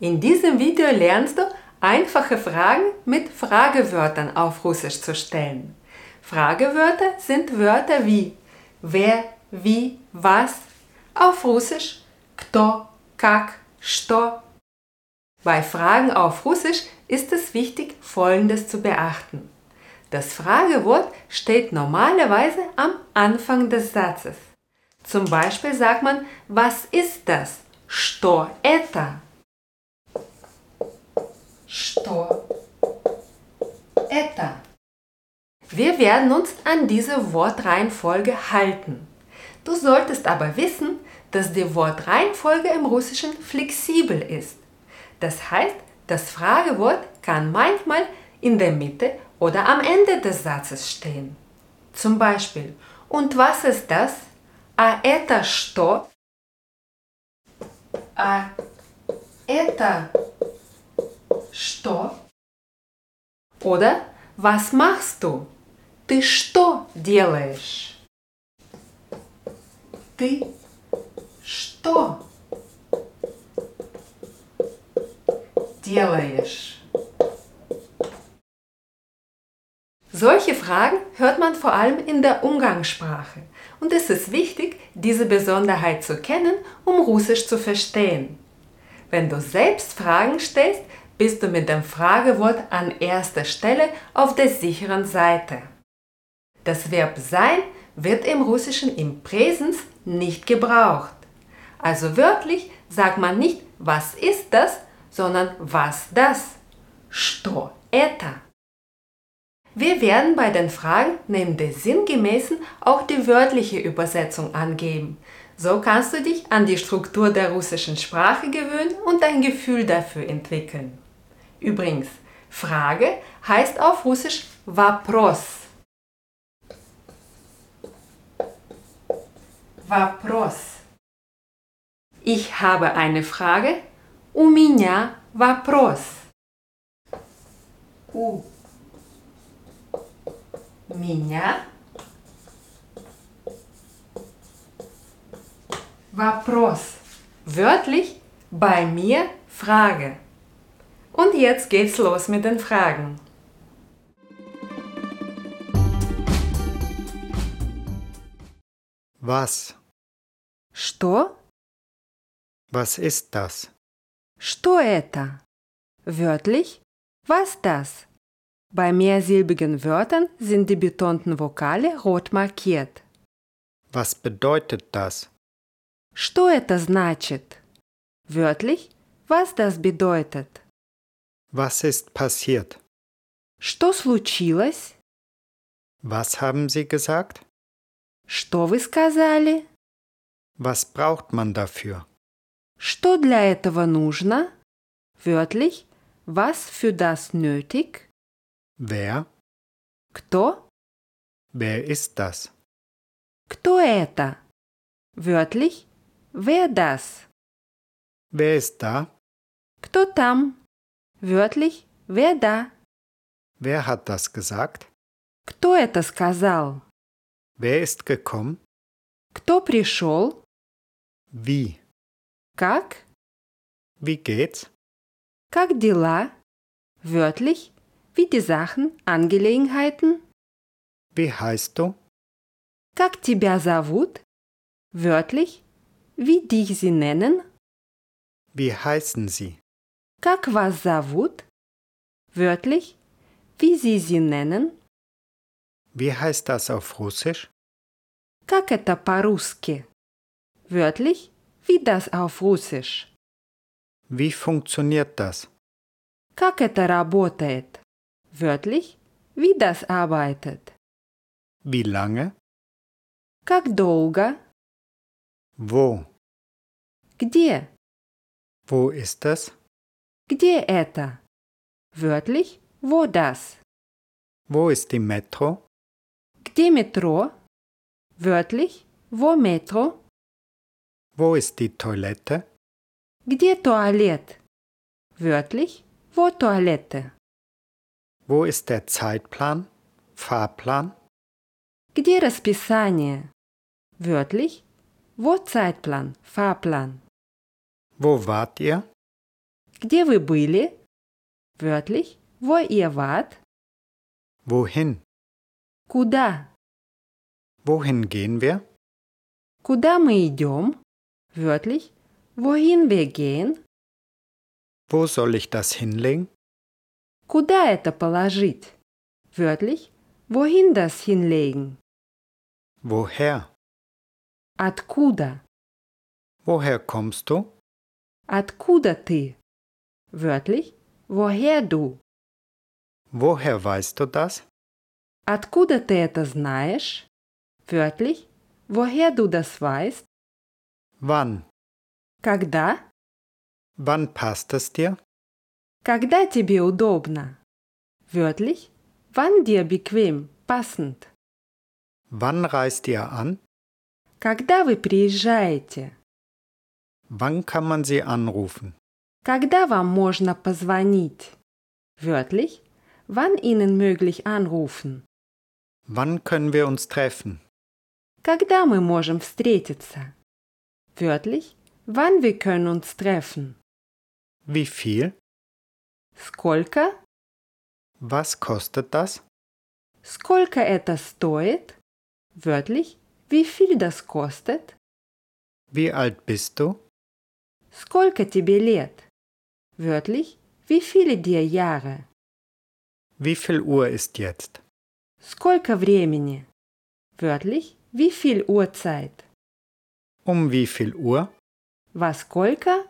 In diesem Video lernst du, einfache Fragen mit Fragewörtern auf Russisch zu stellen. Fragewörter sind Wörter wie wer, wie, was. Auf Russisch kto, как, что. Bei Fragen auf Russisch ist es wichtig, Folgendes zu beachten. Das Fragewort steht normalerweise am Anfang des Satzes. Zum Beispiel sagt man, was ist das? Что это? Что это? Wir werden uns an diese Wortreihenfolge halten. Du solltest aber wissen, dass die Wortreihenfolge im Russischen flexibel ist. Das heißt, das Fragewort kann manchmal in der Mitte oder am Ende des Satzes stehen. Zum Beispiel, und was ist das? А это что? А это что? Oder was machst du? Ты что делаешь? Ты что делаешь? Solche Fragen hört man vor allem in der Umgangssprache und es ist wichtig, diese Besonderheit zu kennen, um Russisch zu verstehen. Wenn du selbst Fragen stellst, bist du mit dem Fragewort an erster Stelle auf der sicheren Seite. Das Verb sein wird im Russischen im Präsens nicht gebraucht. Also wörtlich sagt man nicht, was ist das, sondern was das. Что это? Wir werden bei den Fragen neben der sinngemäßen auch die wörtliche Übersetzung angeben. So kannst du dich an die Struktur der russischen Sprache gewöhnen und ein Gefühl dafür entwickeln. Übrigens, Frage heißt auf Russisch Vapros. Vapros. Ich habe eine Frage. У меня вопрос. У меня вопрос. Wörtlich bei mir Frage. Und jetzt geht's los mit den Fragen. Was? Что? Was ist das? Что это? Wörtlich was das? Bei mehrsilbigen Wörtern sind die betonten Vokale rot markiert. Was bedeutet das? Что это значит? Wörtlich, was das bedeutet. Was ist passiert? Что случилось? Was haben Sie gesagt? Что вы сказали? Was braucht man dafür? Что для этого нужно? Wörtlich, was für das nötig? Wer? Кто? Wer ist das? Кто это? Wörtlich, wer das? Wer ist da? Кто там? Wörtlich, wer da? Wer hat das gesagt? Кто это сказал? Wer ist gekommen? Кто пришел? Wie? Как? Wie geht's? Как дела? Wörtlich, wie die Sachen, Angelegenheiten? Wie heißt du? Как тебя зовут? Wörtlich, wie dich sie nennen? Wie heißen Sie? Как вас зовут? Wörtlich, wie sie sie nennen? Wie heißt das auf Russisch? Как это по-русски? Wörtlich, wie das auf Russisch? Wie funktioniert das? Как это работает? Wörtlich, wie das arbeitet? Wie lange? Как долго? Wo? Где? Wo ist das? Где это? Wörtlich, wo das? Wo ist die Metro? Где метро? Wörtlich, wo Metro? Wo ist die Toilette? Где туалет? Wörtlich, wo Toilette? Wo ist der Zeitplan? Fahrplan? Где расписание? Wörtlich, wo Zeitplan, Fahrplan? Wo wart ihr? Где вы были? Wörtlich, wo ihr wart? Wohin? Куда? Wohin gehen wir? Куда мы идем? Wörtlich, wohin wir gehen? Wo soll ich das hinlegen? Куда это положить? Wörtlich, wohin das hinlegen? Woher? Откуда? Woher kommst du? Откуда ты? Wörtlich, woher du? Woher weißt du das? Откуда ты это знаешь? Wörtlich, woher du das weißt? Wann? Когда? Wann passt es dir? Когда тебе удобно? Wörtlich, wann dir bequem, passend. Wann reist ihr an? Когда вы приезжаете? Wann kann man sie anrufen? Когда вам можно позвонить? Wörtlich, wann Ihnen möglich anrufen? Wann können wir uns treffen? Когда мы можем встретиться? Wörtlich, wann wir können uns treffen? Wie viel? Сколько? Was kostet das? Сколько это стоит? Wörtlich, wie viel das kostet? Wie alt bist du? Сколько тебе лет? Wörtlich, wie viele dir Jahre? Wie viel Uhr ist jetzt? Сколько времени? Wörtlich, wie viel Uhrzeit? Um wie viel Uhr? Во сколько?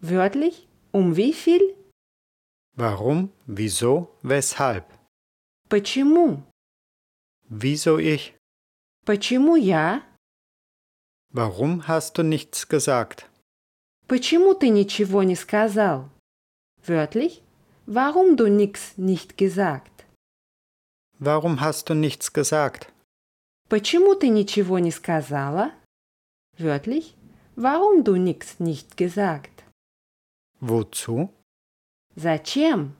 Wörtlich, um wie viel? Warum? Wieso? Weshalb? Почему? Wieso ich? Почему я? Warum hast du nichts gesagt? Почему ты ничего не сказал? Wörtlich, warum du nix nicht gesagt? Warum hast du nichts gesagt? Почему ты ничего не сказала? Wörtlich, warum du nix nicht gesagt? Wozu? Зачем?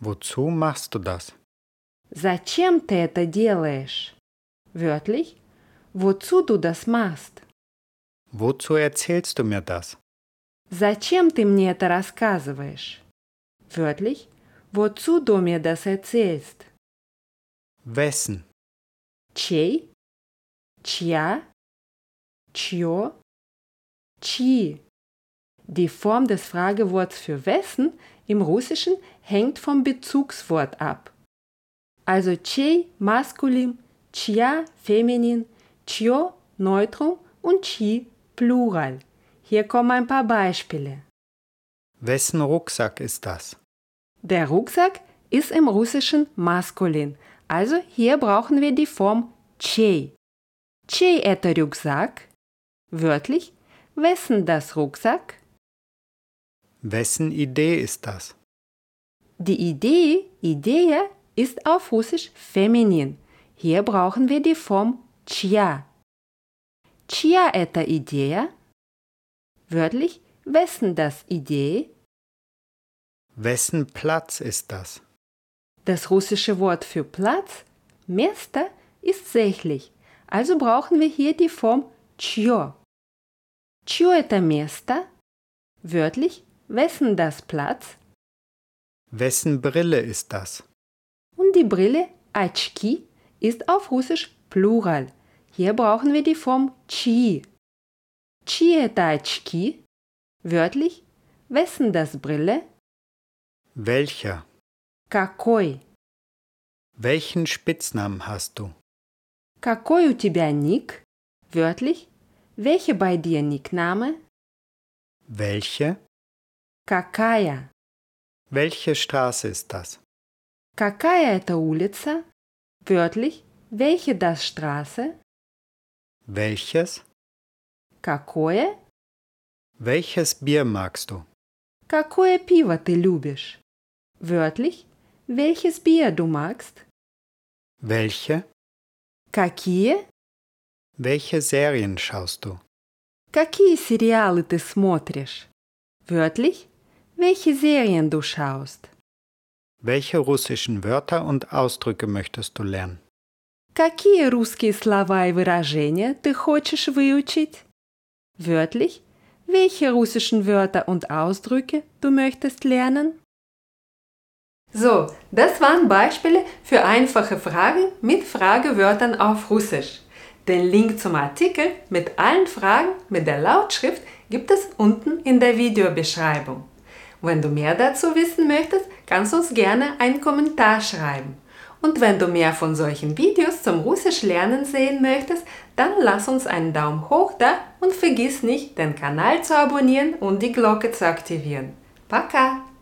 Wozu machst du das? Зачем ты это делаешь? Wörtlich, wozu du das machst? Wozu erzählst du mir das? Зачем ты мне это рассказываешь? Wörtlich, wozu du mir das erzählst? Wessen? Чей? Чья? Чье? Чьи? Die Form des Frageworts für wessen im Russischen hängt vom Bezugswort ab. Also чей Maskulin, чья Feminin, чье Neutrum und чьи Plural. Hier kommen ein paar Beispiele. Wessen Rucksack ist das? Der Rucksack ist im Russischen maskulin. Also hier brauchen wir die Form чей. Чей это Rucksack? Wörtlich, wessen das Rucksack? Wessen Idee ist das? Die Idee, Idee, ist auf Russisch feminin. Hier brauchen wir die Form чья. Чья это Idee? Wörtlich, wessen das Idee? Wessen Platz ist das? Das russische Wort für Platz, место, ist sächlich. Also brauchen wir hier die Form чье. Чье это место? Wörtlich, wessen das Platz? Wessen Brille ist das? Und die Brille очки ist auf Russisch Plural. Hier brauchen wir die Form чьи. Чьи это очки? Wörtlich, wessen das Brille? Welcher? Какой? Welchen Spitznamen hast du? Какой у тебя ник? Wörtlich, welche bei dir Nickname? Welche? Какая? Welche Straße ist das? Какая это улица? Wörtlich, welche das Straße? Welches? Какое? Welches Bier magst du? Какое пиво ты любишь? Wörtlich, welches Bier du magst? Welche? Какие? Welche Serien schaust du? Какие сериалы ты смотришь? Wörtlich, welche Serien du schaust? Welche russischen Wörter und Ausdrücke möchtest du lernen? Какие русские слова и выражения ты хочешь выучить? Wörtlich, welche russischen Wörter und Ausdrücke du möchtest lernen. So, das waren Beispiele für einfache Fragen mit Fragewörtern auf Russisch. Den Link zum Artikel mit allen Fragen mit der Lautschrift gibt es unten in der Videobeschreibung. Wenn du mehr dazu wissen möchtest, kannst du uns gerne einen Kommentar schreiben. Und wenn du mehr von solchen Videos zum Russisch lernen sehen möchtest, dann lass uns einen Daumen hoch da und vergiss nicht, den Kanal zu abonnieren und die Glocke zu aktivieren. Пока!